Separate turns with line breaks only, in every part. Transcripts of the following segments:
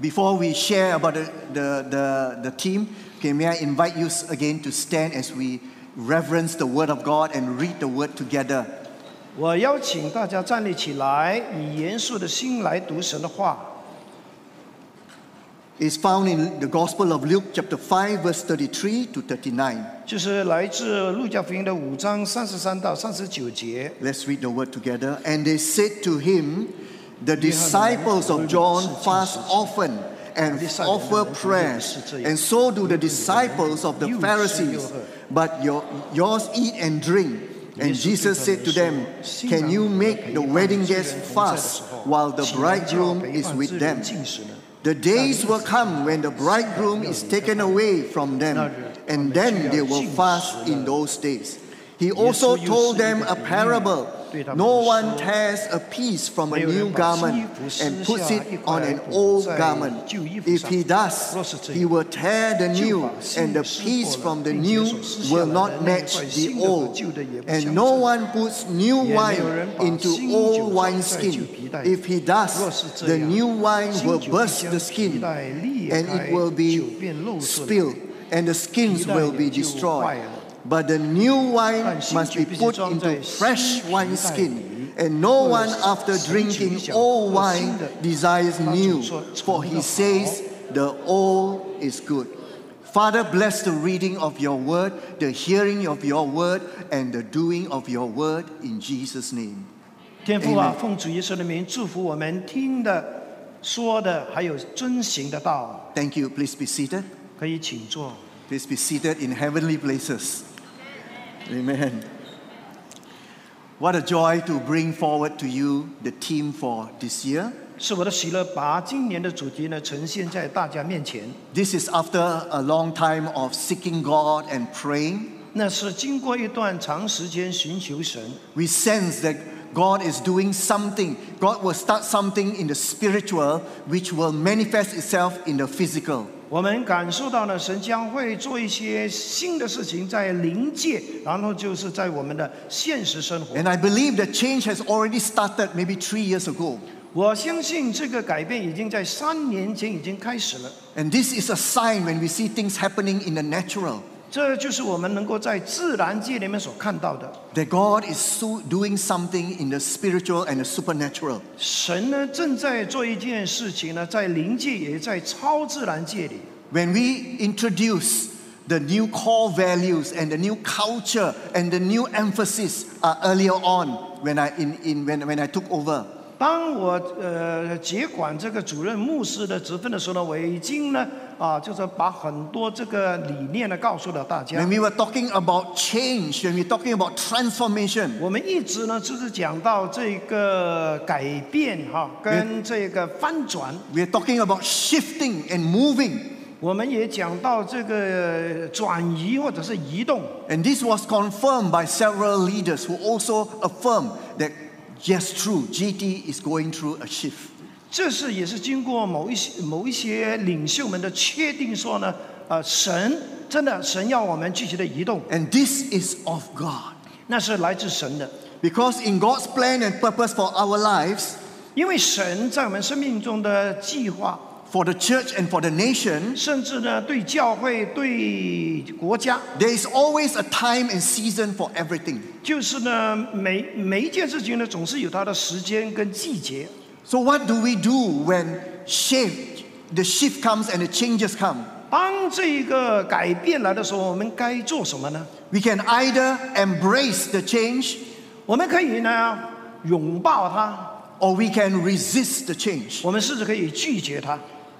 Before we share about the, the, the, the team, okay, may I invite you s- again to stand as we reverence the Word of God and read the Word together.
我邀请大家站立起来，以严肃的心来读神的话。
It's found in the Gospel of Luke, chapter 5, verse 33 to 39.
就是来自路加福音的五章三十三到三十九节。
Let's read the Word together. And they said to him, The disciples of John fast often and offer prayers, and so do the disciples of the Pharisees, but your, yours eat and drink. And Jesus said to them, Can you make the wedding guests fast while the bridegroom is with them? The days will come when the bridegroom is taken away from them, and then they will fast in those days. He also told them a parable. No one tears a piece from a new garment and puts it on an old garment. If he does, he will tear the new, and the piece from the new will not match the old. And no one puts new wine into old wineskin. If he does, the new wine will burst the skin, and it will be spilled, and the skins will be destroyed. But the new wine must be put into fresh wineskin, and no one after drinking old wine desires new, for he says, The old is good. Father, bless the reading of your word, the hearing of your word, and the doing of your word in Jesus' name.
天父啊
Amen，
奉主耶稣的名祝福我们听的、说的，还有遵行的道。
Thank you. Please be seated.
可以请坐。
Please be seated in heavenly places. Amen. What a joy to bring forward to you the team for this year.
是我的喜乐，把今年的主题呢呈现在大家面前。
This is after a long time of seeking God and praying.
那是经过一段长时间寻求神，
We sense that God is doing something. God will start something in the spiritual which will manifest itself in the physical.
我们感受到呢，神将会做一些新的事情在灵界，然后就是在我们的现实生活。
And I believe that change has already started maybe three years ago.
我相信这个改变已经在三年前已经开始了，
And this is a sign when we see things happening in the natural
这就是我们能够在自然界里面所看到的。
that God is so doing something in the spiritual and the supernatural.
神呢正在做一件事情呢，在灵界也在超自然界里。
When we introduce the new core values and the new culture and the new emphasis uh, earlier on when I, in, in, when, when I took over,
当我呃接管这个主任牧师的职分的时候呢，我已经呢啊，就是把很多这个理念呢告诉了大家
when。we were talking about change, when we were talking about transformation,
我们一直呢就是讲到这个改变哈、跟这个翻转，
we are talking about shifting and moving.
我们也讲到这个转移或者是移动。
And this was confirmed by several leaders who also affirmed that, yes, true, GT is going through a shift.
这是也是经过某一些某一些领袖们的确定说呢，呃，神真的神要我们积极的移动，
And this is of God.
那是来自神的，
Because in God's plan and purpose for our lives,
因为神在我们生命中的计划，
for the church and for the nation,
甚至呢对教会、对国家，
there is always a time and season for everything.
就是呢每每一件事情呢总是有它的时间跟季节。
So, what do we do when shift, the shift comes and the changes come?
当这个改变来的时候，我们该做什么呢？
We can either embrace the change
我们可以呢拥抱它，
or we can resist the change,
我们甚至可以拒绝它。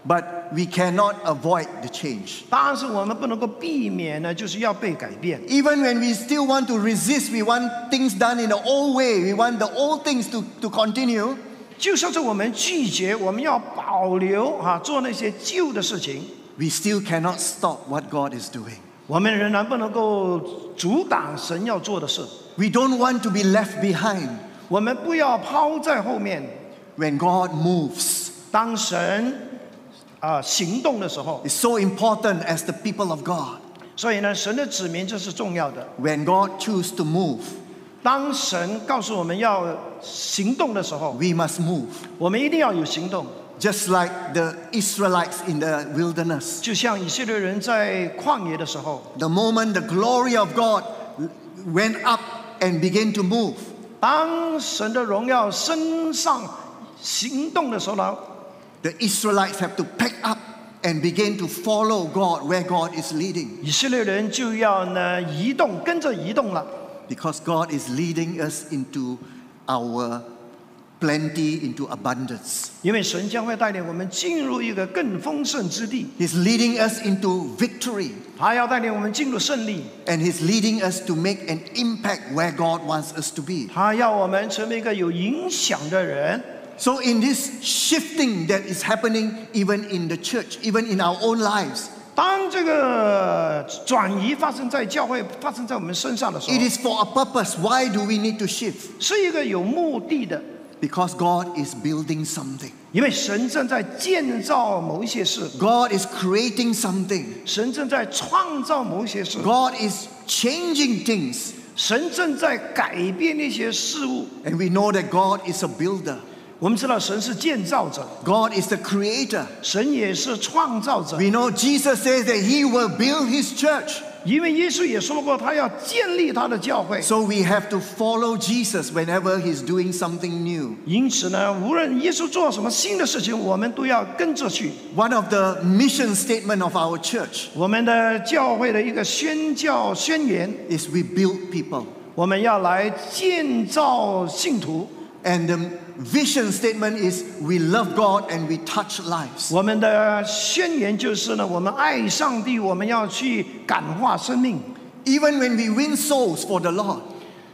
but we cannot avoid the change.
但是我们不能够避免呢，就是要被改变。
Even when we still want to resist, we want things done in the old way, we want the old things to, to continue.
就算是我们拒绝，我们要保留啊，做那些旧的事情，
We still cannot stop what God is doing.
我们仍然不能够阻挡神要做的事。
We don't want to be left behind
我们不要抛在后面。
when God moves.
当神啊、行动的时候，
It's so important as the people of God.
所以呢，神的子民这是重要的。
When God chooses to move,
当神告诉我们要行动的时候，
we must move.
我们一定要有行动。
just like the Israelites in the wilderness.
就像以色列人在旷野的时候，
The moment the glory of God went up and began to move,
当神的荣耀升上行动的时候呢，
the Israelites have to pick up and begin to follow God where God is leading
以色列人就要呢移动，跟着移动了，
because God is leading us into our plenty, into abundance.
因为神将会带领我们进入一个更丰盛之地，
He's leading us into victory
他要带领我们进入胜利，
and He's leading us to make an impact where God wants us to be.
他要我们成为一个有影响的人。
So, in this shifting that is happening even in the church, even in our own lives,
当这个转移发生在教会、发生在我们身上的时候
it，is for a purpose. Why do we need to shift?
是一个有目的的，
Because God is building something,
因为神正在建造某一些事，
God is creating something,
神正在创造某一些事，
God is changing things.
神正在改变那些事物。
And we know that God is a builder,
我们知道神是建造者，
God is the creator.
神也是创造者，
We know Jesus says that He will build His church.
因为耶稣也说过，他要建立他的教会。
So we have to follow Jesus whenever He's doing something new.
因此呢，无论耶稣做什么新的事情，我们都要跟着去。
One of the mission statement of our church
我们的教会的一个宣教宣言，
is we build people.
我们要来建造信徒。
And the vision statement is we love God and we touch lives.
我们的宣言就是呢，我们爱上帝，我们要去感化生命。
Even when we win souls for the Lord,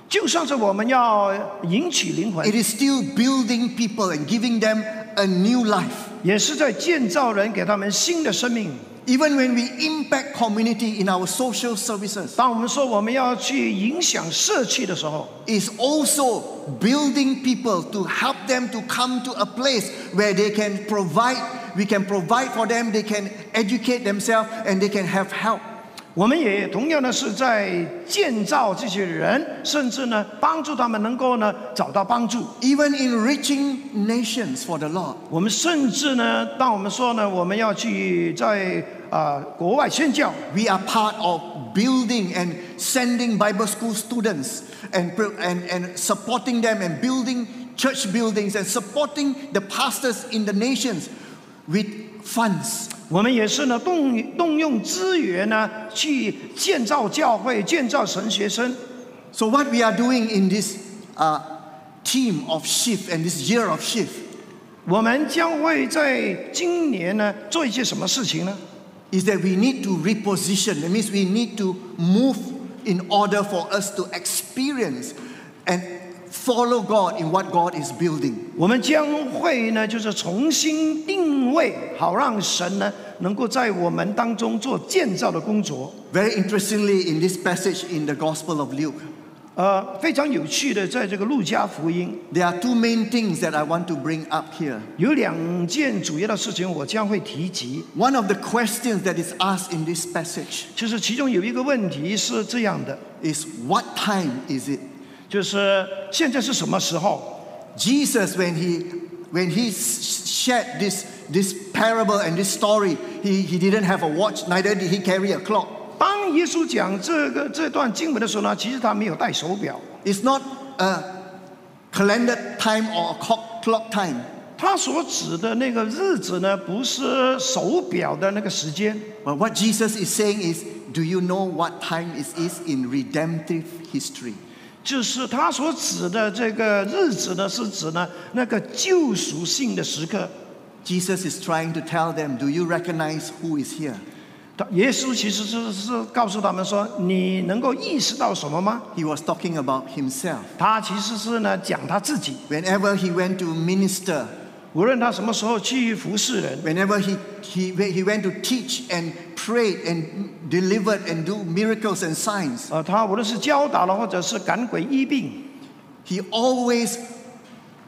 就算是我们要赢取灵魂
it，is still building people and giving them a new life.
也是在建造人，给他们新的生命。
Even when we impact community in our social services,
当我们说我们要去影响社区的时候，
is also building people to help them to come to a place where they can provide, we can provide for them, they can educate themselves and they can have help.
我们也同样呢是在建造这些人，甚至呢帮助他们能够呢找到帮助。
Even in reaching nations for the Lord.
我们甚至呢，当我们说呢我们要去在啊、国外宣教，
We are part of building and sending Bible school students and, pro- and, and supporting them and building church buildings and supporting the pastors in the nations with funds.
我们也是呢动动用资源呢去建造教会、建造神学生。
So, what we are doing in this uh, team of shift and this year of shift
我们将会在今年呢做一些什么事情呢？
is that we need to reposition. That means we need to move in order for us to experience and follow God in what God is building.
我们将会呢，就是重新定位，好让神呢能够在我们当中做建造的工作。
Very interestingly, in this passage in the Gospel of Luke,
呃，非常有趣的，在这个路加福音
there are two main things that I want to bring up here.
有两件主要的事情，我将会提及。
One of the questions that is asked in this passage
就是其中有一个问题是这样的，
is what time is it?
就是现在是什么时候？
Jesus, when he when he s- shared this this parable and this story, he, he didn't have a watch, neither did he carry a clock.
当耶稣讲这个这段经文的时候呢，其实他没有戴手表，
It's not a calendar time or a clock, clock time,
他所指的那个日子呢，不是手表的那个时间。
but what Jesus is saying is, do you know what time it is in redemptive history?
就是他所指的这个日子呢，是指呢那个救赎性的时刻。
Jesus is trying to tell them, Do you recognize who is here?
他耶稣其实是是告诉他们说：“你能够意识到什么吗
He was talking about himself.？”
他其实是呢讲他自己，
Whenever he went to minister,
无论他什么时候去服侍人，
whenever he, he, he went to teach and prayed and delivered and do miracles and signs,
呃，他无论是教导了或者是赶鬼医病，
he always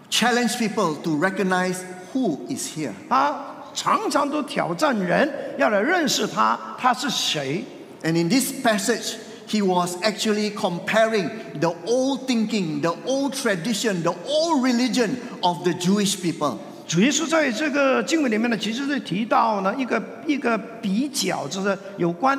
challenged people to recognize who is here.
他常常都挑战人要来认识他他是谁。
And in this passage, he was actually comparing the old thinking, the old tradition, the old religion of the Jewish people.
主耶稣在这个经文里面呢，其实是提到呢一个一个比较，就是有关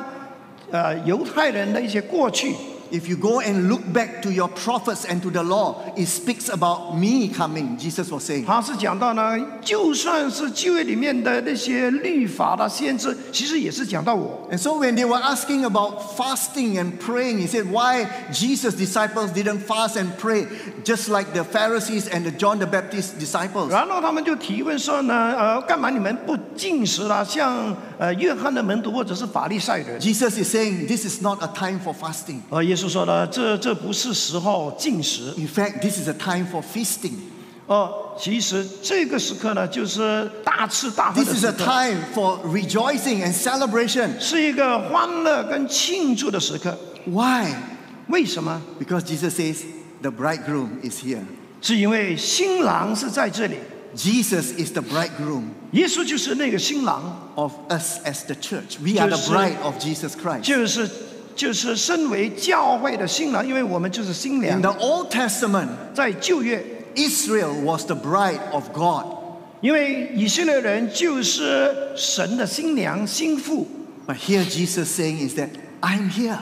呃犹太人的一些过去。
If you go and look back to your prophets and to the law, it speaks about me coming, Jesus was saying.
他是讲到呢，就算是旧约里面的那些律法的限制，其实也是讲到我。
And so when they were asking about fasting and praying, he said, Why Jesus' disciples didn't fast and pray, just like the Pharisees and the John the Baptist disciples.
然后他们就提问说呢，呃，干嘛你们不进食啦？像呃约翰的门徒或者是法利赛人。
Jesus is saying, This is not a time for fasting.
呃，耶稣说呢，这这不是时候进食。
In fact, this is a time for feasting.
哦，其实这个时刻呢，就是大吃大喝
This
的
is
时
a
刻，
time for rejoicing and celebration.
是一个欢乐跟庆祝的时刻。
Why?
为什么？
Because Jesus says, The bridegroom is here.
是因为新郎是在这里，
Jesus is the bridegroom.
耶稣就是那个新郎，
of us as the church. We are the
Just, uh,
bride of Jesus Christ.
就是就是身为教会的新郎，因为我们就是新
In
娘。
the Old Testament,
在旧约，
Israel was the bride of God.
因为以色列人就是神的新娘新妇，
But here Jesus saying is that I'm here.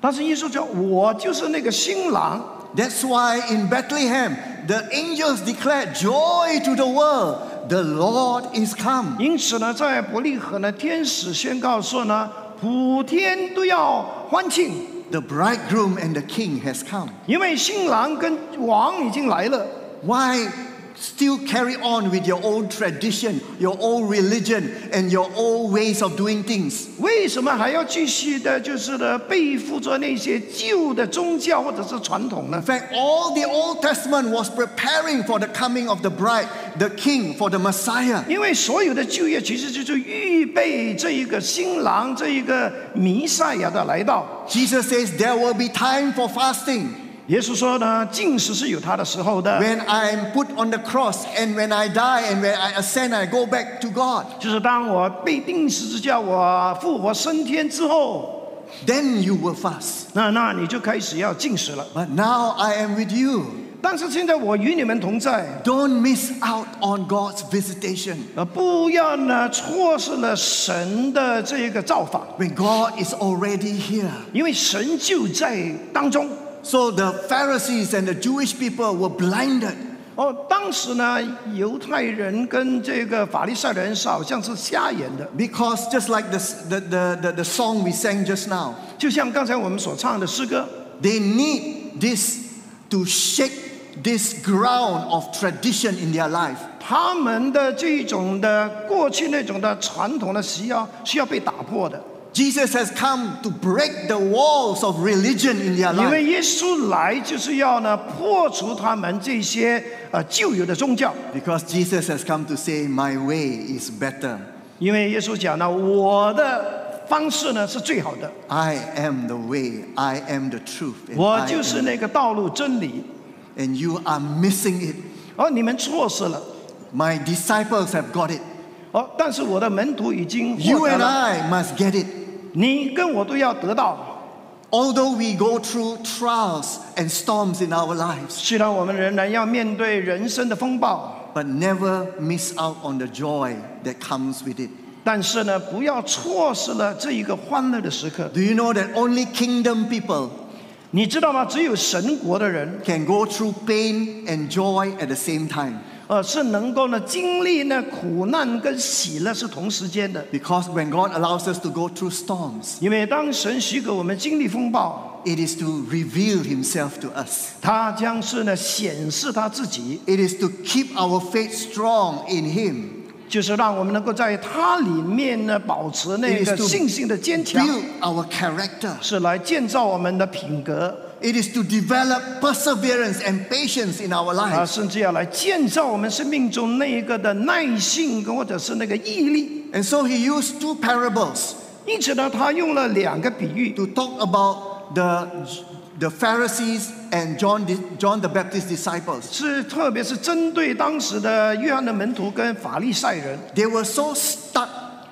但是耶稣说：“我就是那个新郎。
That's why in Bethlehem the angels declared joy to the world. The Lord is ” come.
因此呢，在伯利恒呢，天使宣告说呢，普天都要欢庆，
The bridegroom and the king has come.
因为新郎跟王已经来了。
Why still carry on with your old tradition, your old religion, and your old ways of doing things?
为什么还要继续的，就是呢，背负着那些旧的宗教或者是传统呢
In？fact, all the Old Testament was preparing for the coming of the bride, the king, for the Messiah.
因为所有的就业其实就是预备这一个新郎，这一个弥赛亚的来到。
Jesus says there will be time for fasting
耶稣说呢，进食是有他的时候的，
when I am put on the cross and when I die and when I ascend I go back to God.
就是当我被钉十字架，我复活升天之后，
Then you will fast.
那那你就开始要进食了。
But now I am with you.
但是现在我与你们同在，
Don't miss out on God's visitation.
呃，不要呢错失了神的这一个造法，
When God is already here.
因为神就在当中。
So the Pharisees and the Jewish people were blinded.
哦，当时呢，犹太人跟这个法利赛人是好像是瞎眼的，
Because just like the, the, the, the, the song we sang just now,
就像刚才我们所唱的诗歌，
They need this to shake this ground of tradition in their life.
他们的这种的过去那种的传统的需要需要被打破的，
Jesus has come to break the walls of religion in their
因为
life
耶稣来就是要呢破除他们这些呃旧有的宗教，
because Jesus has come to say, My way is better.
因为耶稣讲呢，我的方式呢是最好的，
I am the way, I am the truth, and,
我
I
就是
am-
那个道路真理，
and you are missing it.
而你们错失了。
My disciples have got it.
哦，但是我的门徒已经
You 啊
获得
and
了，
I must get it.
你跟我都要得到。
Although we go through trials and storms in our lives,
虽然我们仍然要面对人生的风暴，
but never miss out on the joy that comes with it.
但是呢，不要错失了这一个欢乐的时刻。
Do you know that only kingdom people
你知道吗？只有神国的人，
can go through pain and joy at the same time?
呃，是能够呢经历呢苦难跟喜乐是同时间的。
Because when God allows us to go through storms,
因为当神许可我们经历风暴，
it is to reveal Himself to us.
他将是呢显示他自己，
It is to keep our faith strong in Him.
就是让我们能够在他里面呢保持那
It is
个
to
信心的坚强，
Build our character.
是来建造我们的品格，
It is to develop perseverance and patience in our
啊，
lives.
甚至要来建造我们生命中那一个的耐性，或者是那个毅力。
And so He used two parables
因此呢，他用了两个比喻，
to talk about the, the Pharisees and John, the- John the Baptist disciples.
是特别是针对当时的约翰的门徒跟法利赛人，
They were so stuck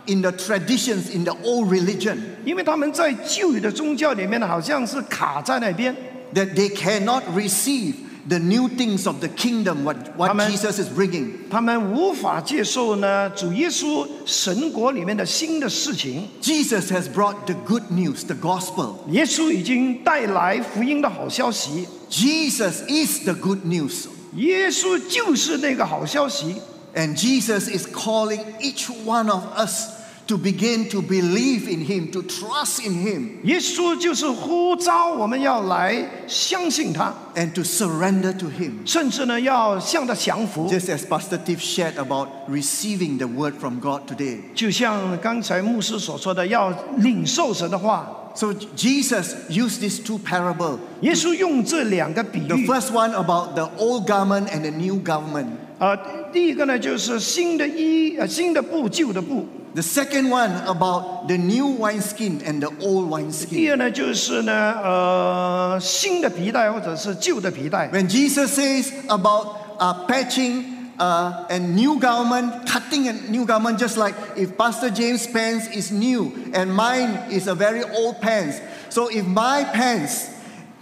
in the traditions in the old religion
因为他们在旧有的宗教里面呢，好像是卡在那边，
that they cannot receive the new things of the kingdom, what, what
他们-
Jesus is bringing.
他们无法接受呢主耶稣神国里面的新的事情。
Jesus has brought the good news, the gospel.
耶稣已经带来福音的好消息，
Jesus is the good news.
耶稣就是那个好消息。
And Jesus is calling each one of us to begin to believe in Him, to trust in Him,
耶稣就是呼召我们要来相信他，
and to surrender to Him.
甚至呢要向他降服。
Just as Pastor Tiff shared about receiving the word from God today.
就像刚才牧师所说的，要领受神的话。
So Jesus used these two parables.
耶稣用这两个比
The
喻，
first one about the old government and the new government.
呃，第一个呢就是新的衣，呃，新的布，旧的布；
The second one about the new wineskin and the old
第
wineskin.
二呢就是呢，呃，新的皮带或者是旧的皮带。
When Jesus says about uh, patching uh, a new garment, cutting a new garment, just like if Pastor James' pants is new and mine is a very old pants. So if my pants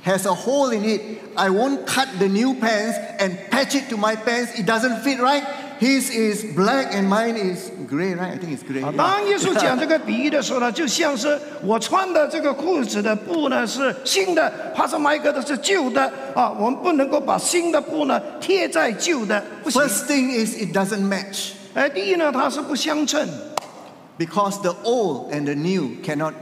has a hole in it, I won't cut the new pants and patch it to my pants. It doesn't fit right. His is black and mine is gray, right? I think it's gray.
啊
yeah.，
当耶 稣讲这个比喻的时候呢，就像是我穿的这个裤子的布呢是新的，帕斯麦克的是旧的啊，我们不能够把新的布呢贴在旧的，不行。
First thing is it doesn't match
哎，第一呢，它是不相称，
because the old and the new cannot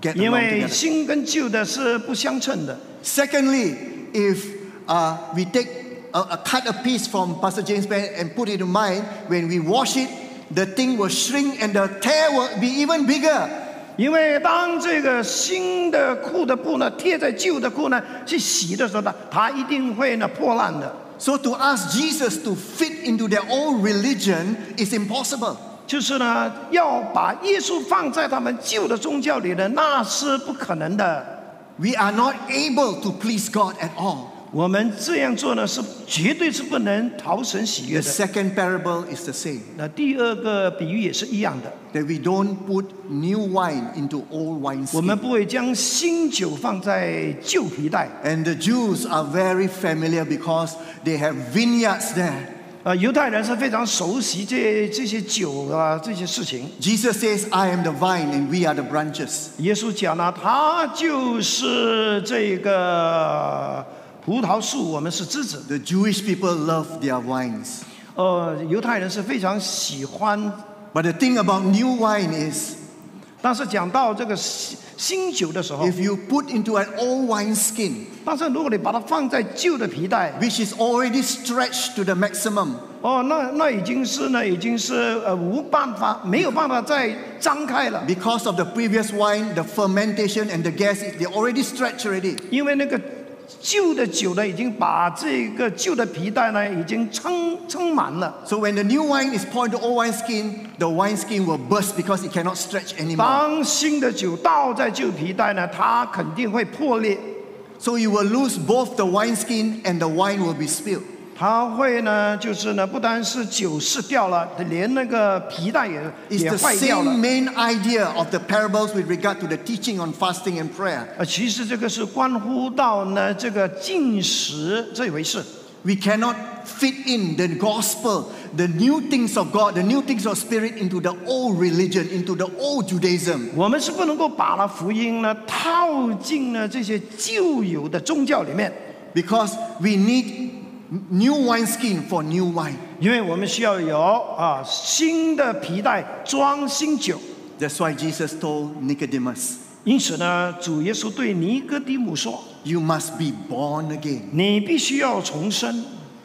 get
因
along
为
together.
新跟旧的是不相称的。
Secondly, if uh, we take a, a cut a piece from Pastor James Band and put it in mine, when we wash it, the thing will shrink and the tear will be even bigger.
因为当这个新的裤的布呢贴在旧的裤呢去洗的时候呢，它一定会呢破烂的。
So to ask Jesus to fit into their old religion is impossible.
就是呢，要把耶稣放在他们旧的宗教里呢，那是不可能的。
We are not able to please God at all.
我们这样做呢，是绝对是不能逃神喜悦
The
的。
second parable is the same
那第二个比喻也是一样的，
that we don't put new wine into old
我
wineskin.
们不会将新酒放在旧皮带。
And the Jews are very familiar because they have vineyards there.
呃，犹太人是非常熟悉这这些酒啊这些事情。
Jesus says, I am the vine and we are the branches.
耶稣讲了，他就是这个葡萄树，我们是枝子。
The Jewish people love their wines.
呃，犹太人是非常喜欢
But the thing about new wine is,
但是讲到这个新新酒的时候，
if you put into an old wineskin,
但是如果你把它放在旧的皮带，
which is already stretched to the maximum,
哦，那那已经是呢，已经是呃无办法，没有办法再张开了，
because of the previous wine, the fermentation and the gas, they already stretched already.
因为那个旧的酒呢，已经把这个旧的皮带呢，已经撑撑满了。
So when the new wine is poured into old wineskin, the wineskin will burst because it cannot stretch anymore.
当新的酒倒在旧皮带呢，它肯定会破裂，
So you will lose both the wineskin and the wine will be spilled.
它会呢，就是呢，不单是酒是掉了，连那个皮带也
It's
也
the
坏掉了
same。main idea of the parables with regard to the teaching on fasting and prayer.
呃，其实这个是关乎到呢这个进食这回事。
We cannot fit in the gospel, the new things of God, the new things of spirit into the old religion, into the old Judaism.
我们是不能够把了福音呢套进了这些旧有的宗教里面，
Because we need n- new wineskin for new wine.
因为我们需要有啊新的皮带装新酒。
That's why Jesus told Nicodemus,
因此呢，主耶稣对尼哥底母说
You must be born：“ again.
你必须要重生，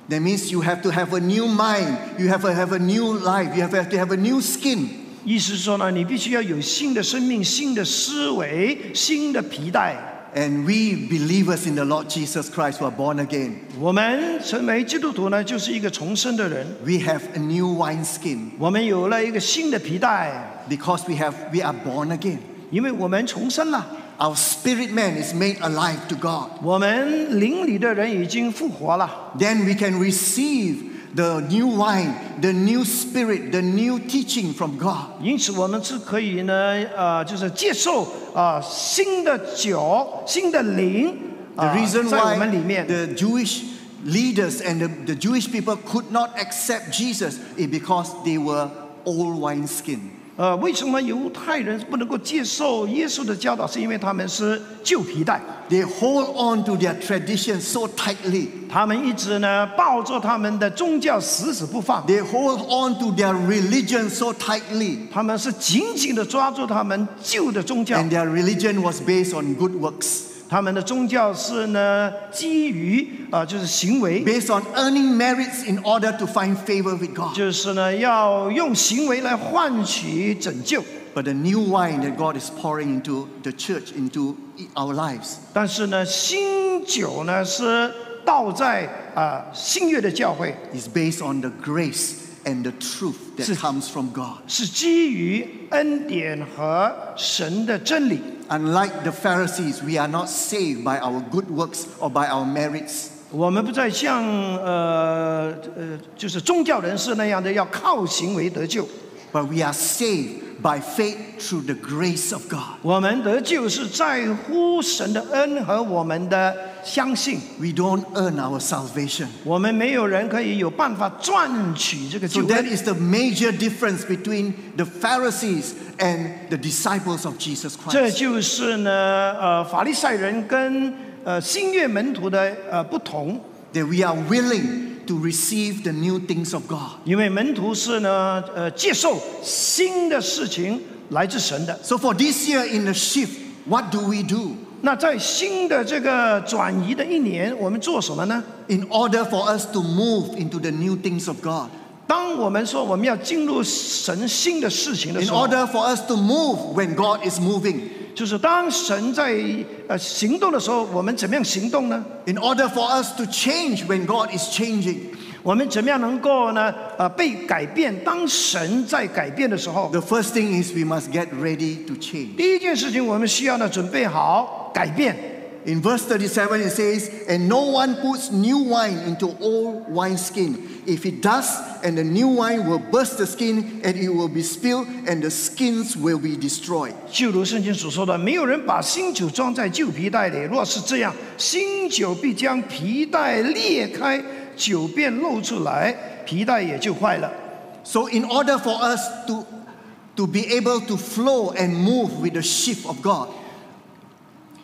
That means you have to have a new mind, you have to have a new life, you have to have a new skin.
意思是说呢，你必须要有新的生命、新的思维、新的皮带。
And we believers in the Lord Jesus Christ who are born again.
我们成为基督徒呢，就是一个重生的人。
We have a new wineskin
我们有了一个新的皮带，
because we have we are born again.
因为我们重生了，
Our spirit man is made alive to God.
我们邻里的人已经复活了，
Then we can receive the new wine, the new spirit, the new teaching from God.
因此我们是可以呢，呃，就是接受啊、呃新的酒、新的灵
The
啊、
reason
在我
why
们里面。
the Jewish leaders and the, the Jewish people could not accept Jesus is because they were old wineskin.
呃，为什么犹太人不能够接受耶稣的教导？是因为他们是旧皮带，
They hold on to their tradition so tightly.
他们一直呢抱着他们的宗教死死不放，
They hold on to their religion so tightly.
他们是紧紧地抓住他们旧的宗教
And，their religion was based on good works,
他们的宗教是呢基于啊、呃就是行为，
based on earning merits in order to find favor with God.
就是呢要用行为来换取拯救。
But the new wine that God is pouring into the church, into our lives,
但是呢，新酒呢是倒在啊、新月的教会，
is based on the grace and the truth that
Sis-
comes from God.
是基于恩典和神的真理。
Unlike the Pharisees, we are not saved by our good works or by our merits.
我们不再像呃呃，就是宗教人士那样的要靠行为得救，
But we are saved by faith through the grace of God.
我们得救是在乎神的恩和我们的相信。
We don't earn our salvation.
我们没有人可以有办法赚取这个
So
救
that
恩，
is the major difference between the Pharisees and the disciples of Jesus
这
Christ.
就是呢呃法利赛人跟呃新月门徒的呃不同。
That we are willing to receive the new things of God.
因为门徒是呢，呃，接受新的事情来自神的。
So for this year in the shift, what do we do?
那在新的这个转移的一年，我们做什么呢？
In order for us to move into the new things of God,
当我们说我们要进入神新的事情的
in
时候，
order for us to move when God is moving,
就是当神在呃行动的时候，我们怎么样行动呢？
in order for us to change when God is changing.
我们怎么样能够呢？呃，被改变？当神在改变的时候，
The first thing is we must get ready to change.
第一件事情我们需要呢，准备好改变。
In verse 37, it says, And no one puts new wine into old wineskin. If it does, and the new wine will burst the skin, and it will be spilled, and the skins will be destroyed.
就如圣经所说的，没有人把新酒装在旧皮袋里。若是这样，新酒必将皮袋裂开，酒便露出来，皮袋也就坏了。
So, in order for us to, to be able to flow and move with the shift of God,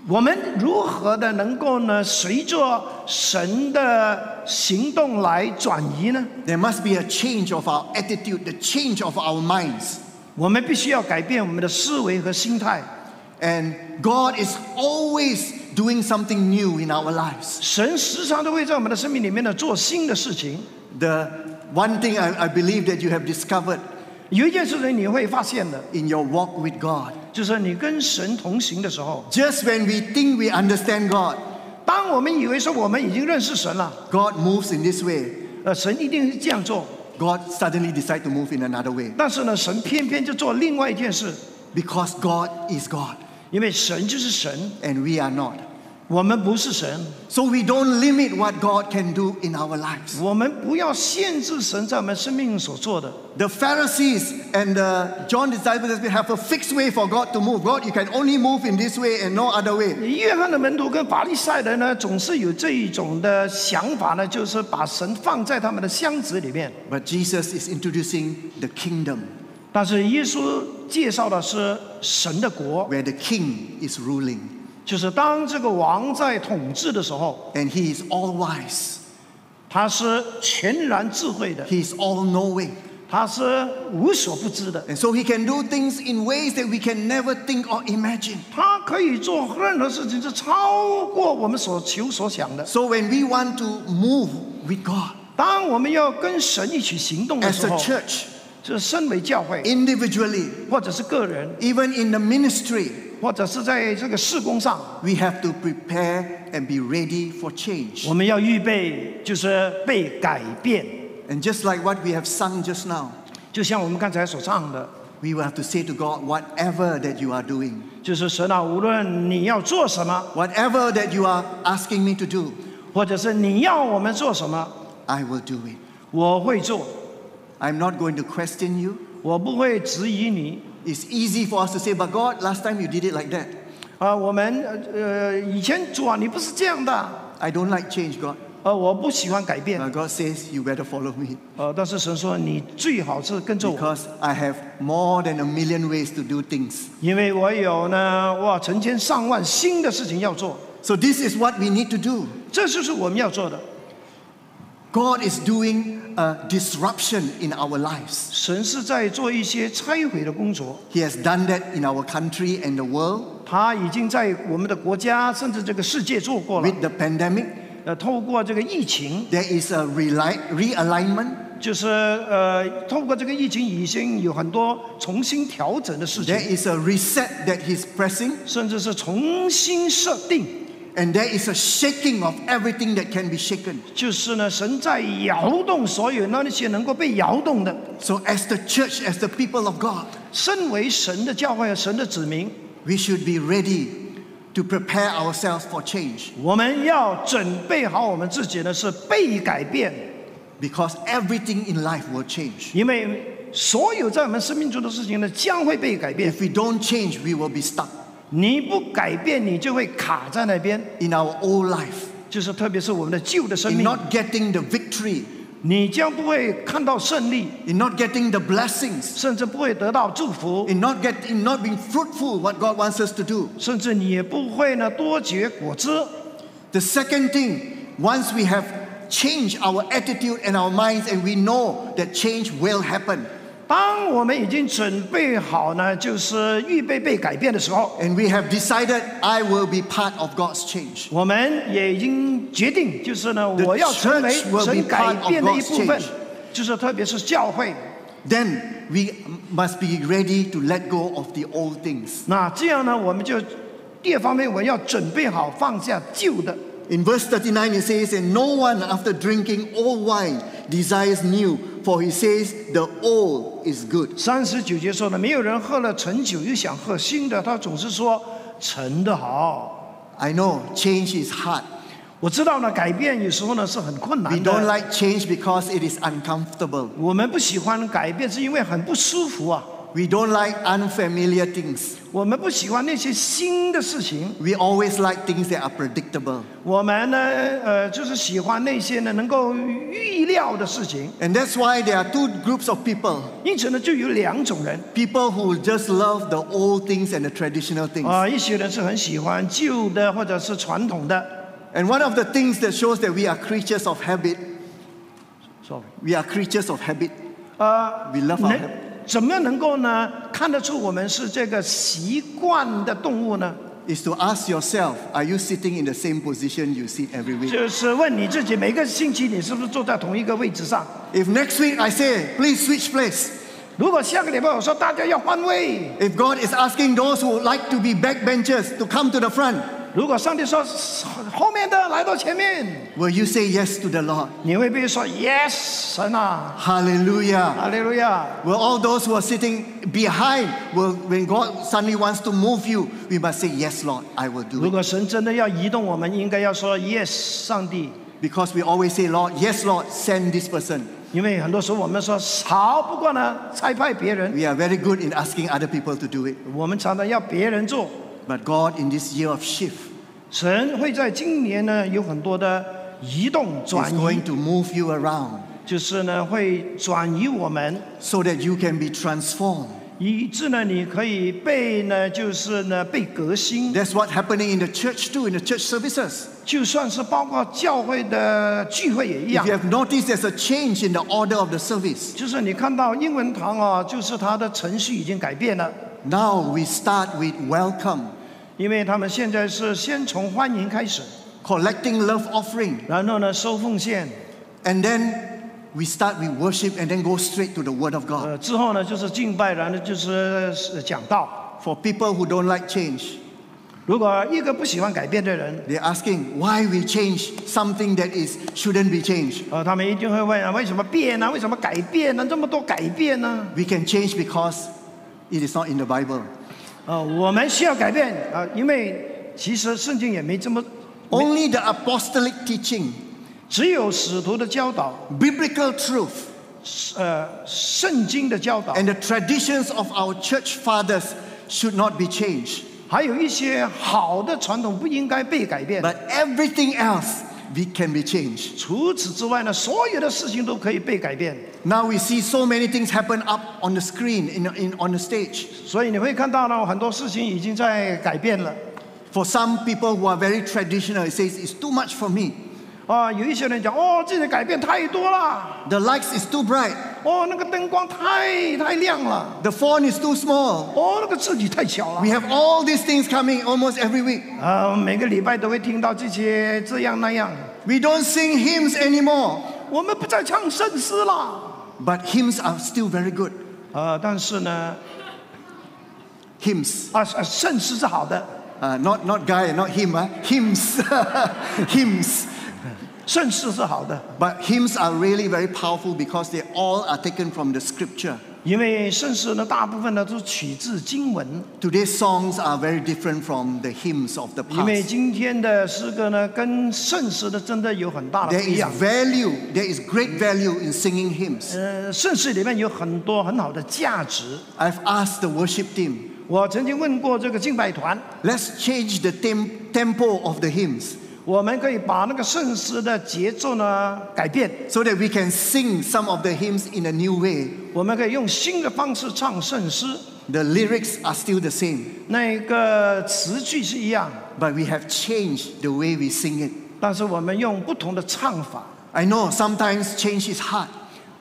我们如何的能够呢，随着神的行动来转移呢？
there must be a change of our attitude, the change of our minds.
我们必须要改变我们的思维和心态。
And God is always doing something new in our lives.
神时常都会在我们的生命里面呢做新的事情。
The one thing I, I believe that you have discovered
有一件事情你会发现的，
in your walk with God,
就是你跟神同行的时候，
just when we think we understand God,
当我们以为说我们已经认识神了。
God moves in this way.
呃，神一定是这样做，
God suddenly decides to move in another way
但是呢，神偏偏就做另外一件事，
because God is God
因为神就是神，
and we are not.
我们不是神，
So we don't limit what God can do in our lives.
我们不要限制神在我们生命所做的。
The Pharisees and the John disciples have a fixed way for God to move. God, you can only move in this way and no other way.
约翰的门徒跟法利赛人呢，总是有这一种的想法呢，就是把神放在他们的箱子里面。
But Jesus is introducing the kingdom
但是耶稣介绍的是神的国，
where the king is ruling
就是当这个王在统治的时候，
and he is all wise,
他是全然智慧的，
he is all knowing.
他是无所不知的。
And so he can do things in ways that we can never think or imagine.
他可以做任何事情是超过我们所求所想的。
So when we want to move with God
当我们要跟神一起行动的
as
时
a
候，
church,
就是身为教会，
individually,
或者是个人，
even in the ministry,
或者是在这个事工上，
we have to prepare and be ready for change.
我们要预备，就是被改变。
And just like what we have sung just now,
就像我们刚才所唱的，
we will have to say to God, whatever that you are doing,
就是神啊，无论你要做什么，
whatever that you are asking me to do,
或者是你要我们做什么，
I will do it.
我会做，
I'm not going to question you.
我不会质疑你。
It's easy for us to say, but God, last time you did it like that.
啊、我们呃，以前主啊，你不是这样的，
I don't like change, God.
呃，我不喜欢改变，
But God says, You better follow me
呃，但是神说你最好是跟着我，
because I have more than a million ways to do things.
因为我有呢，哇，成千上万新的事情要做，
So, this is what we need to do.
这就是我们要做的。
God is doing a disruption in our lives.
神是在做一些拆毁的工作，
He has done that in our country and the world
他已经在我们的国家甚至这个世界做过了。
with the pandemic.
呃，透过这个疫情，
There is a reali- realignment,
就是呃，透过这个疫情已经有很多重新调整的事
there
情，
is a reset that He's pressing,
甚至是重新设定。
and there is a shaking of everything that can be shaken.
就是呢，神在摇动所有那些能够被摇动的。
So, as the church, as the people of God,
身为神的教会和神的子民，
we should be ready to prepare ourselves for change
我们要准备好我们自己呢是被改变，
because everything in life will change.
因为所有在我们生命中的事情呢将会被改变
If。we don't change, we will be stuck
你不改变，你就会卡在那边，
in our old life,
就是特别是我们的旧的生
in
命，
not getting the victory,
你将不会看到胜利，
in not getting the blessings,
甚至不会得到祝福，
in not, get, in not being fruitful what God wants us to do.
甚至你也不会呢多结果子。
The second thing, once we have changed our attitude and our minds and we know that change will happen
当我们已经准备好呢，就是预备被改变的时候，
and we have decided I will be part of God's change.
我们也已经决定，就是呢，
The
我要成为
church will be
神改
part of
变的一部
God's
分
change.，
就是特别是教会。
Then we must be ready to let go of the old things.
那这样呢，我们就第二方面，我们要准备好放下旧的。
In verse 39 it says, And no one after drinking old wine desires new, for he says the old is good.
三十九节说呢，没有人喝了陈酒又想喝新的，他总是说陈的好。
I know change is hard.
我知道呢，改变有时候呢是很困
We
难
don't
的。
like change because it is uncomfortable.
我们不喜欢改变，是因为很不舒服啊。
We don't like unfamiliar things.
我们不喜欢那些新的事情，
We always like things that are predictable.
我们呢，呃，就是喜欢那些呢能够预料的事情。
And that's why there are two groups of people
因此呢，就有两种人
people who just love the old things and the traditional things.
啊、一些人是很喜欢旧的或者是传统的。
And one of the things that shows that we are creatures of habit,
Sorry，
we are creatures of habit.
呃，
We love our
能
habit.
怎么能够呢看得出我们是这个习惯的动物呢？
Is to ask yourself, are you sitting in the same position you sit every week?
就是问你自己，每个星期你是不是坐在同一个位置上？
If next week I say, please switch place,
如果下个礼拜我说大家要换位，
if God is asking those who like to be backbenchers to come to the front,
如果上帝说后面的来到前面，
will you say yes to the Lord?
你会不会说 yes 神啊，
Hallelujah.
哈利路亚？
Well, all those who are sitting behind, will, when God suddenly wants to move you, we must say, Yes, Lord, I will
如
do it.
果神真的要移动我们，应该要说 yes 上帝。
Because we always say, Lord, yes, Lord, send this person.
因为很多时候我们说好，不过呢，差派别人，
We are very good in asking other people to do it.
我们常常要别人做。
But God, in this year of shift,
神会在今年呢有很多的移动
is
转移
going，to move you around
就是呢会转移我们，
so that you can be transformed.
以致呢你可以被呢就是呢被革新，
That's what's happening in the church too, in the church services.
就算是包括教会的聚会也一
If
样
you。have noticed, there's a change in the order of the service.
就是你看到英文堂啊，就是它的程序已经改变了，
Now we start with welcome,
因为他们现在是先从欢迎开始，
collecting love offering.
然后呢收奉献，
And then we start with worship and then go straight to the Word of God.
呃，之后呢就是敬拜，然后就是呃讲道。
For people who don't like change,
如果一个不喜欢改变的人，
they're asking why we change something that is shouldn't be changed.
呃，他们一定会问啊，为什么变呢、为什么改变呢？这么多改变呢？
We can change because it is not in the Bible.
呃，我们需要改变啊、呃因为其实圣经也没这么，
Only the apostolic teaching,
只有使徒的教导，
biblical truth,
呃，圣经的教导，
and the traditions of our church fathers should not be changed.
还有一些好的传统不应该被改变。
But everything else we can be changed.
除此之外呢，所有的事情都可以被改变。
Now we see so many things happen up on the screen, in, in, on the stage.
所以你会看到呢，很多事情已经在改变了。
For some people who are very traditional, it says it's too much for me.
啊，有一些人讲哦，这些改变太多了，
The lights is too bright.
哦，那个灯光太太亮了，
The font is too small.
哦，那个字体太小了
We。have all these things coming almost every week.
啊，每个礼拜都会听到这些这样那样。
We don't sing hymns anymore,
我们不再唱圣诗了。
but hymns are still very good.
呃，但是呢，
Hymns,
啊啊，圣诗是好的，
uh, not not guy, not him, uh, hymns, hymns.
圣诗是好的，
But hymns are really very powerful because they all are taken from the scripture.
因为圣诗呢，大部分呢都取自经文。
Today's songs are very different from the hymns of the
因为
past.
今天的诗歌呢，跟圣诗的真的有很大的
There
不一
is
样。
value, there is great value in singing hymns.
呃，圣诗里面有很多很好的价值。
I've asked the worship team,
我曾经问过这个敬拜团，
let's change the tem- tempo of the hymns
我们可以把那个圣诗的节奏呢改变，
so that we can sing some of the hymns in a new way.
我们可以用新的方式唱圣诗，
The lyrics are still the same,
那个词句是一样，
but we have changed the way we sing it.
但是我们用不同的唱法。
I know sometimes change is hard,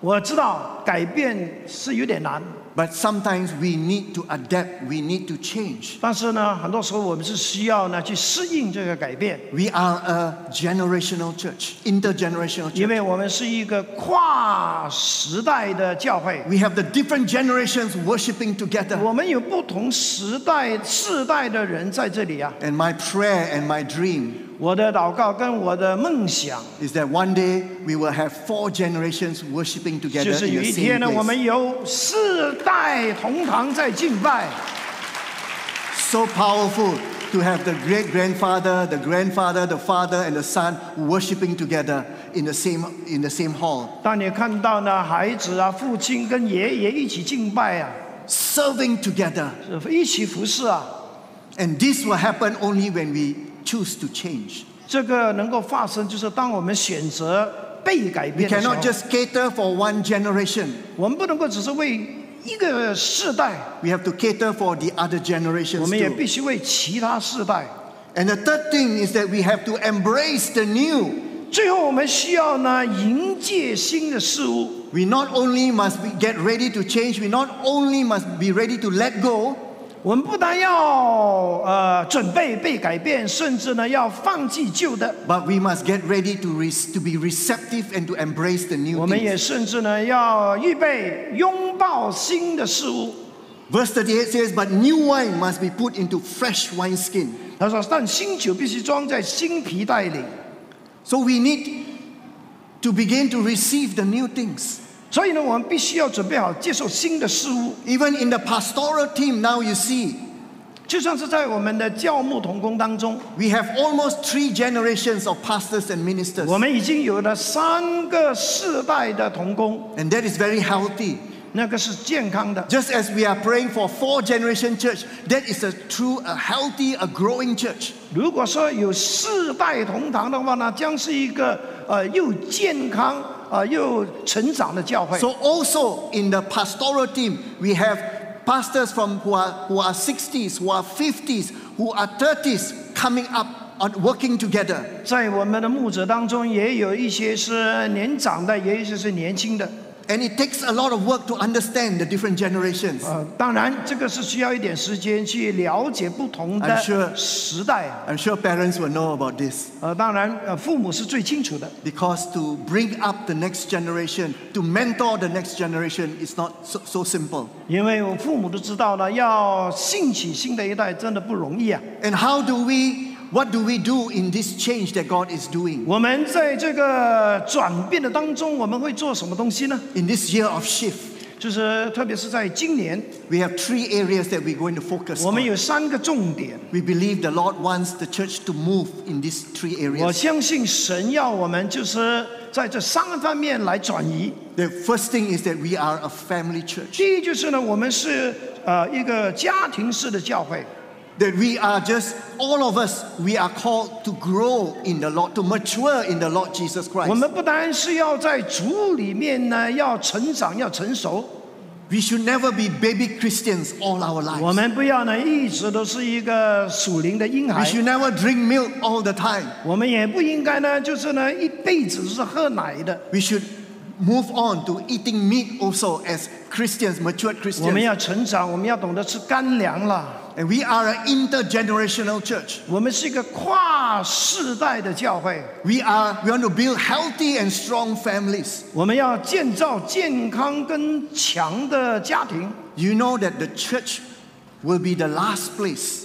我知道改变是有点难，
but sometimes we need to adapt, we need to change.
但是呢，很多时候我们是需要呢去适应这个改变，
We are a generational church, intergenerational
因
church.
为我们是一个跨时代的教会，
We have the different generations worshiping together.
我们有不同时代世代的人在这里啊。
And my prayer and my dream
我的祷告跟我的梦想，
is that one day we will have four generations worshiping
就
together
是
in
有
the
一天
same
呢，我
place.
们有世代同堂在敬拜，
So powerful to have the great grandfather, the grandfather, the father, and the son worshiping together in the same in the same hall,
当你看到呢孩子啊、父亲跟爷爷一起敬拜啊，
serving together.
是一起服侍啊，
And this will happen only when we choose to change.
这个能够发生，就是当我们选择被改
We
变的时候
cannot，just cater for one generation.
我们不能够只是为一个世代，
We have to cater for the other
我
generations
们也必
too.
须为其他世代。
And the third thing is that we have to embrace the new.
最后，我们需要呢迎接新的事物。
We not only must be get ready to change, we not only must be ready to let go,
我们不但要呃准备被改变，甚至呢要放弃旧的，
but we must get ready to, re- to be receptive and to embrace the new
我们
things.
也甚至呢要预备拥抱新的事物。
Verse 38 says, But new wine must be put into fresh wineskin.
他说：“但新酒必须装在新皮袋里。
So we need to begin to receive the new things. ”
所以呢，我们必须要准备好接受新的事物。
Even in the pastoral team, now you see,
就像是在我们的教牧同工当中，
we have almost three generations of pastors and ministers.
我们已经有了三个世代的同工，
And that is very healthy.
那个是健康的。
Just as we are praying for four generation church, that is a true, a healthy, a growing church.
如果说有世代同堂的话呢，将是一个呃又健康呃又成长的教会。
So also in the pastoral team, we have pastors from who are who are 60s, who are 50s, who are 30s coming up and working together.
在我们的牧者当中，也有一些是年长的，也有一些是年轻的。
And it takes a lot of work to understand the different generations.
呃，当然这个是需要一点时间去了解不同
I'm sure.
的时代。啊
I'm sure parents will know about this
呃，当然呃父母是最清楚的。
because to bring up the next generation, to mentor the next generation is not so, so simple.
因为我父母都知道了，要兴起新的一代真的不容易啊。
And how do we, what do we do in this change that God is doing?
我们在这个转变的当中，我们会做什么东西呢？
In this year of shift,
就是特别是在今年，
we have three areas that we're going to focus
我们
on.
有三个重点。
We believe the Lord wants the church to move in these three
我
areas.
相信神要我们就是在这三个方面来转移。
The first thing is that we are a family church.
第一就是呢，我们是呃一个家庭式的教会，
That we are just, all of us, we are called to grow in the Lord, to mature in the Lord Jesus
我
Christ.
们不单是要在主里面呢，要成长，要成熟。
We should never be baby Christians all our
我
lives.
们不要呢，一直都是一个属灵的婴
We
孩。
should never drink milk all the time.
我们也不应该呢，就是呢，一辈子是喝奶的。
We should move on to eating meat also as Christians, matured
我们
Christians.
要成长，我们要懂得吃干粮了。
And we are an intergenerational church.
我们是一个跨世代的教会，
We are we want to build healthy and strong families.
我们要建造健康跟强的家庭。
You know that the church will be the last place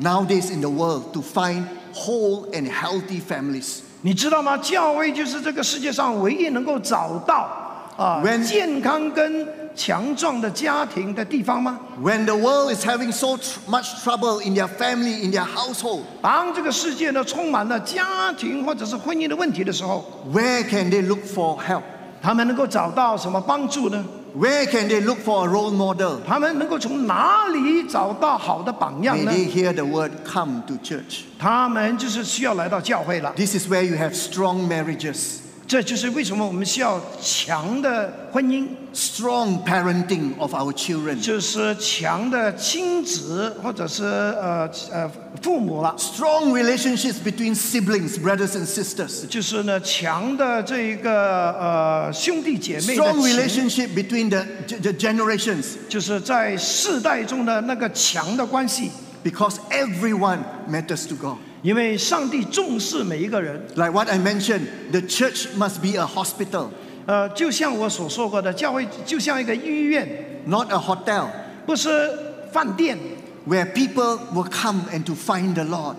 nowadays in the world to find whole and healthy families.
你知道吗？教会就是这个世界上唯一能够找到啊
When-
健康跟强壮的家庭的地方吗？
When the world is having so tr- much trouble in their family, in their household,
当这个世界呢充满了家庭或者是婚姻的问题的时候，
where can they look for help?
他们能够找到什么帮助呢？
Where can they look for a role model?
他们能够从哪里找到好的榜样
May
呢？
they hear the word come to church.
他们就是需要来到教会了。
This is where you have strong marriages,
这就是为什么我们需要强的婚姻，
strong parenting of our children,
就是强的亲子或者是呃呃父母了。
strong relationships between siblings, brothers and sisters,
就是呢，强的这一个呃兄弟姐妹
strong
的情，
relationship between the, the generations,
就是在世代中的那个强的关系，
because everyone matters to God.
因为上帝重视每一个人。
Like what I mentioned, the church must be a hospital,
呃，就像我所说过的，教会就像一个医院，
not a hotel,
不是饭店，
where people will come and to find the Lord.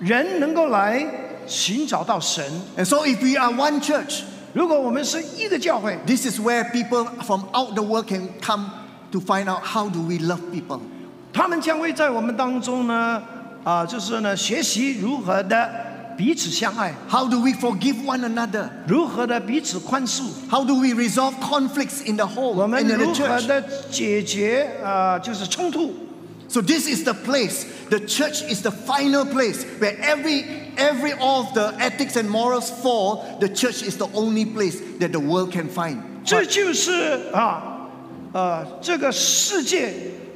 人能够来寻找到神。
And so, if we are one church,
如果我们是一个教会，
this is where people from out the world can come to find out how do we love people.
他们将会在我们当中呢，啊、就是呢，学习如何的彼此相爱，
How do we forgive one another?
如何的彼此宽恕。
How do we resolve conflicts in the
我
home
们
and in
如
the
何
church?
的解决啊、呃就是冲突。
So this is the place. The church is the final place where every every all of the ethics and morals fall. The church is the only place that the world can find.
这就是啊，呃，这个世界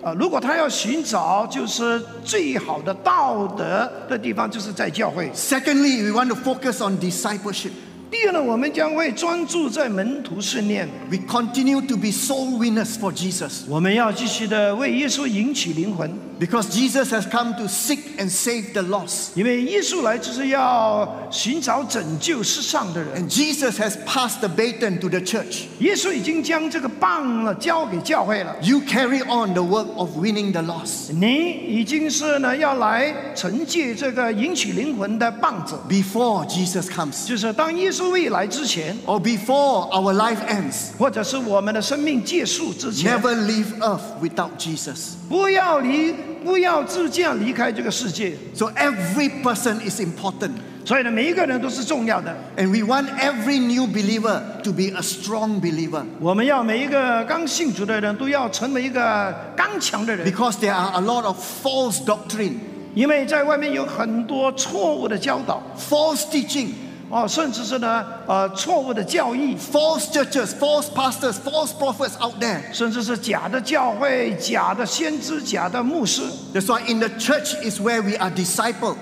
啊、呃如果他要寻找就是最好的道德的地方，就是在教会。
Secondly, we want to focus on discipleship.
第二呢，我们将会专注在门徒训练，
We continue to be soul winners for Jesus
我们要继续的为耶稣赢取灵魂，
because Jesus has come to seek and save the lost.
因为耶稣来就是要寻找拯救世上的
And
人。
Jesus has passed the baton to the church.
耶稣已经将这个棒了交给教会了。
You carry on the work of winning the lost.
你已经是呢要来承接这个迎娶灵魂的棒子，
before Jesus comes
就是当耶稣未来之前，
or before our life ends.
或者是我们的生命结束之前，
Never leave earth without Jesus.
不要离，不要自这样离开这个世界。
So every person is important.
所以呢，每一个人都是重要的。
And we want every new believer to be a strong believer
我们要每一个刚信主的人都要成为一个刚强的人，
because there are a lot of false doctrine,
因为在外面有很多错误的教导，
false teaching,
哦，甚至是呢，呃，错误的教义，
false churches, false pastors, false prophets out there.
甚至是假的教会、假的先知、假的牧师。
That's why in the church is where we are discipled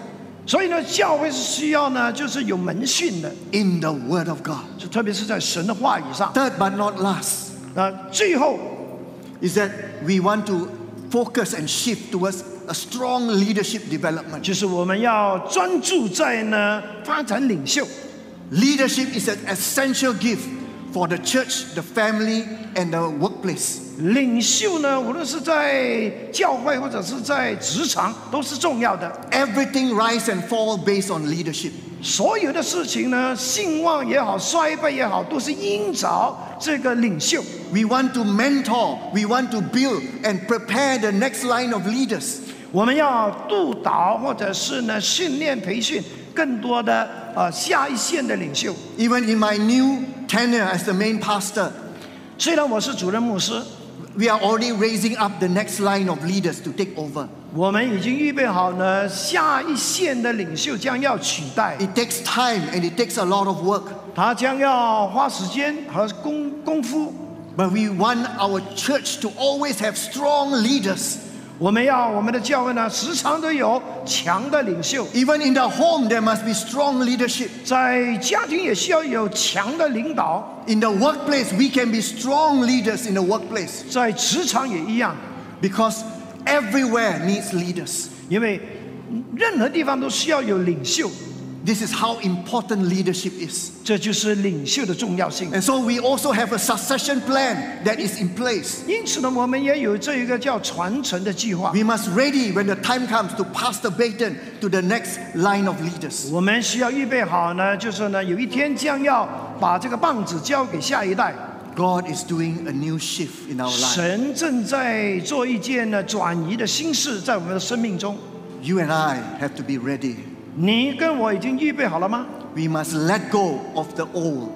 所以呢，教会是需要呢，就是有门训的，
in the Word of God.
就特别是在神的话语上。
Third but not last
那最后，
is that we want to focus and shift towards a strong leadership development.
就是我们要专注在呢发展领袖。
Leadership is an essential gift for the church, the family, and the workplace.
领袖呢，无论是在教会或者是在职场，都是重要的。
Everything rise and fall based on leadership.
所有的事情呢，兴旺也好，衰败也好，都是因着这个领袖。
We want to mentor, we want to build and prepare the next line of leaders.
我们要督导或者是呢训练培训更多的呃下一线的领袖。
Even in my new tenure as the main pastor,
虽然我是主任牧师，
We are already raising up the next line of leaders to take over.
我们已经预备好呢，下一线的领袖将要取代，
It takes time and it takes a lot of work.
他将要花时间和功功夫。
But we want our church to always have strong leaders.
我们要我们的教会呢，时常都有强的领袖，
Even in the home, there must be strong leadership.
在家庭也需要有强的领导，
In the workplace, we can be strong leaders in the workplace
在职场也一样，
because everywhere needs leaders.
因为任何地方都需要有领袖，
This is how important leadership is.
这就是领袖的重要性。
And so we also have a succession plan that is in place.
因此呢，我们也有这一个叫传承的计划，
We must ready when the time comes to pass the baton to the next line of leaders.
我们需要预备好呢，就是呢，有一天将要把这个棒子交给下一代。
God is doing a new shift in our life.
神正在做一件呢转移的心事，在我们的生命中，
You and I have to be ready.
你跟我已经预备好了吗？
We must let go of the old.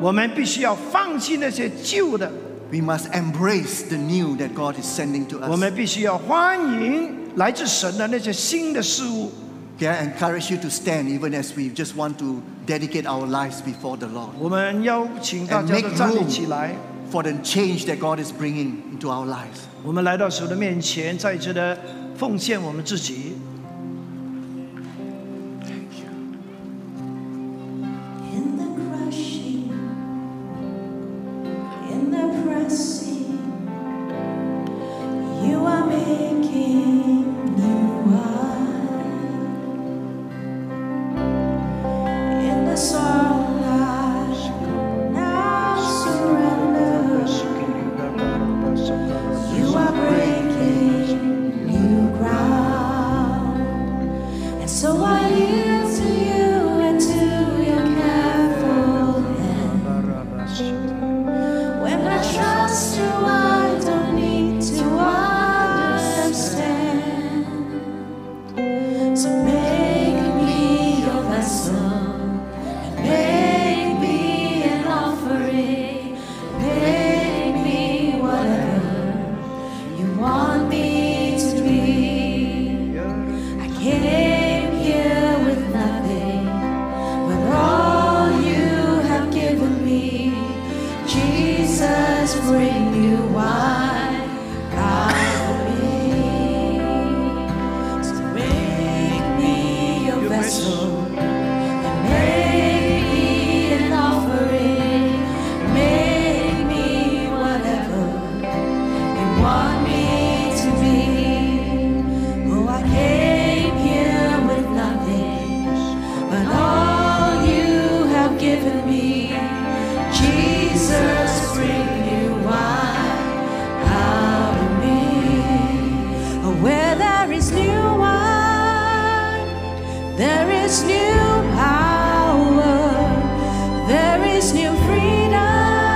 我们必须要放弃那些旧的，
We must embrace the new that God is sending to
我
us.
们必须要欢迎来自神的那些新的事物。
Can I encourage you to stand even as we just want to dedicate our lives before the Lord
我们邀请大
and
家
make
都站立
room
起来，
for the change that God is bringing into our lives?
我们来到神的面前，再一次的奉献我们自己。
In the crushing, in the pressing, you are making new wine. In the sunlight, now surrender. You are breaking new ground. And so I yield to you and to your careful hand. When I trust you, I don't need to understand. So make me your vessel, and make me an offering, make me whatever you want me to be. I came here with nothing, but all you have given me, Jesus, bring new wine out of me. So make me your vessel, and make me an offering, make me whatever you want me to be. Oh, I came here with nothing, but all you have given me, Jesus, bring new wine out of me. Oh, where there is new wine, there is new power. There is new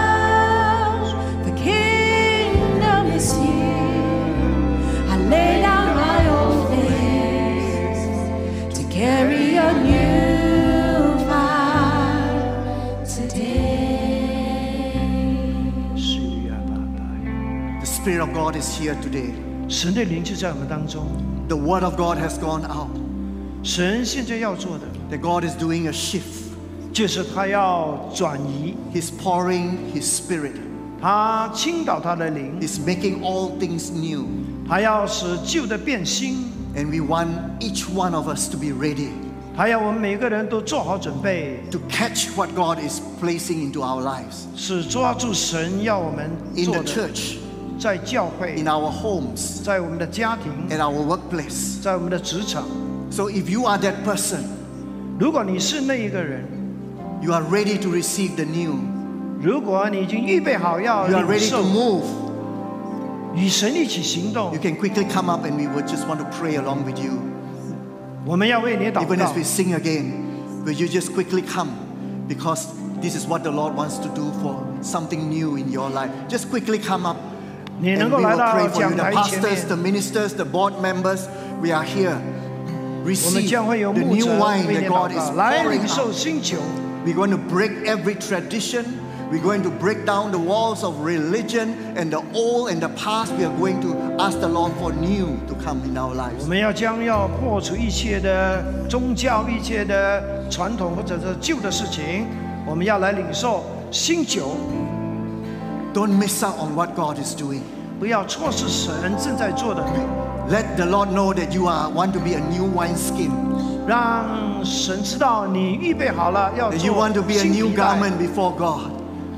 freedom. The kingdom is here. I lay down my old things to carry a new fire today.
The Spirit of God is here today.
神的灵就在我们当中，
The Word of God has gone out.
神现在要做的
That God is doing a shift.
就是他要转移，
He's pouring His Spirit.
他倾倒他的灵，
He's making all things new.
他要使旧的变新，
And we want each one of us to be ready
还要我们每个人都做好准备，
to catch what God is placing into our lives
是抓住神要我们
in
做
the
的，
church,
在教会
in，our homes,
在我们的家庭，
in our workplace.
在我们的职场。
So if you are that person,
如果你是那一个人，
you are ready to receive the new.
如果你已经预备好要
You are
领
ready
受
to，move.
与神一起行动
You，can quickly come up and we would just want to pray along with you.
我们要为你祷
Even
告
as。we sing again, will you just quickly come? Because this is what the Lord wants to do for something new in your life. Just quickly come up.
你
And
能
we
够来
will
到
pray for
讲
you. The
台前
pastors, the
面，
ministers, the board members, we are here.
我们
Receive
将会有
the
牧
new
者
wine
为
that
你
God
祷
is
告，来
pouring
领受
out.
新酒。
We're going to break every tradition. We're going to break down the walls of religion and the old and the past. We are going to ask the Lord for new to come in our
我
lives.
们要将要破除一切的宗教、一切的传统或者是旧的事情，我们要来领受新酒，
Don't miss out on what God is doing.
不要错失神正在做的，
Let the Lord know that you are want to be a new wineskin,
让神知道你预备好了要
that you want to
做
be a
新
new
皮带。
garment before God.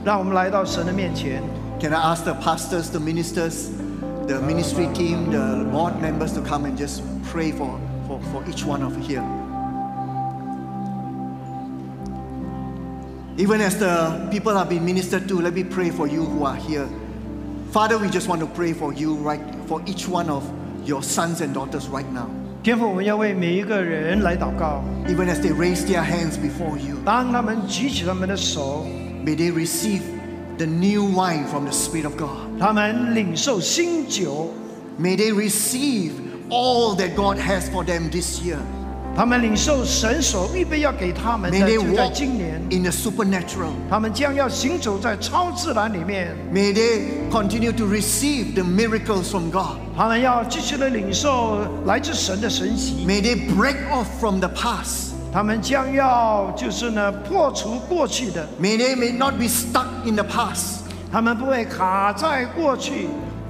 让我们来到神的面前，
Can I ask the pastors, the ministers, the ministry team, the board members to come and just pray for, for, for each one of here? Even as the people have been ministered to, let me pray for you who are here. Father, we just want to pray for you, right, for each one of your sons and daughters right now.
天父，我们要为每一个人来祷告。
Even as they raise their hands before you,
当他们举起他们的手，
may they receive the new wine from the Spirit of God.
他们领受新酒，
May they receive all that God has for them this year.
他们领受神所预备要给他们
May
的，
they
就在
walk
今年。
in the supernatural.
他们将要行走在超自然里面，
May they continue to receive the miracles from God.
他们要继续的领受来自神的神奇，
May they break off from the past.
他们将要就是呢破除过去的，
May they may not be stuck in the past.
他们不会卡在过去。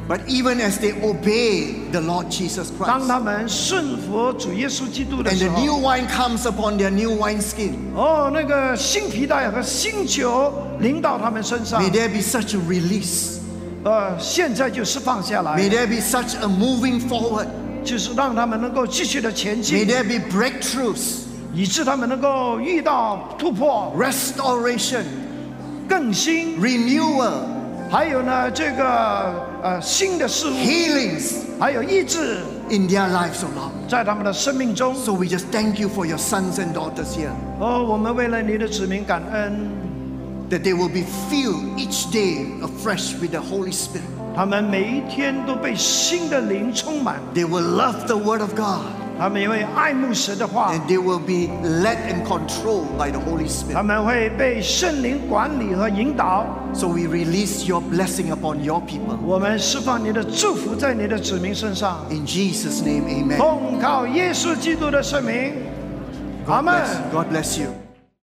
But even as they obey the Lord Jesus
当
Christ,
他们顺服主耶稣基督的
and
时
the new
候，
wine comes upon their new wineskin,
哦，那个新皮带和新酒临到他们身上
may，there be such a release.
呃，现在就释放下来
May，there be such a moving forward.
就是让他们能够继续的前
May
进，
there be breakthroughs,
以致他们能够遇到突破、
restoration,
更新，
renewal,
还有呢这个呃新的事物。
healings
还有意志
in their lives, oh Lord.
在他们的生命中。
So we just thank you for your sons and daughters here,
哦，我们为了你的子民感恩，
that they will be filled each day afresh with the Holy Spirit.
他们每一天都被新的灵充满，
They will love the Word of God
他们也会爱慕神的话，
and they will be led and controlled by the Holy
他
Spirit.
们会被圣灵管理和引导。
So we release your blessing upon your people.
我们释放你的祝福在你的子民身上，
In
Oh,
Jesus' name, amen.
奉靠耶稣基督的圣名，阿
God
门。
bless, God bless you.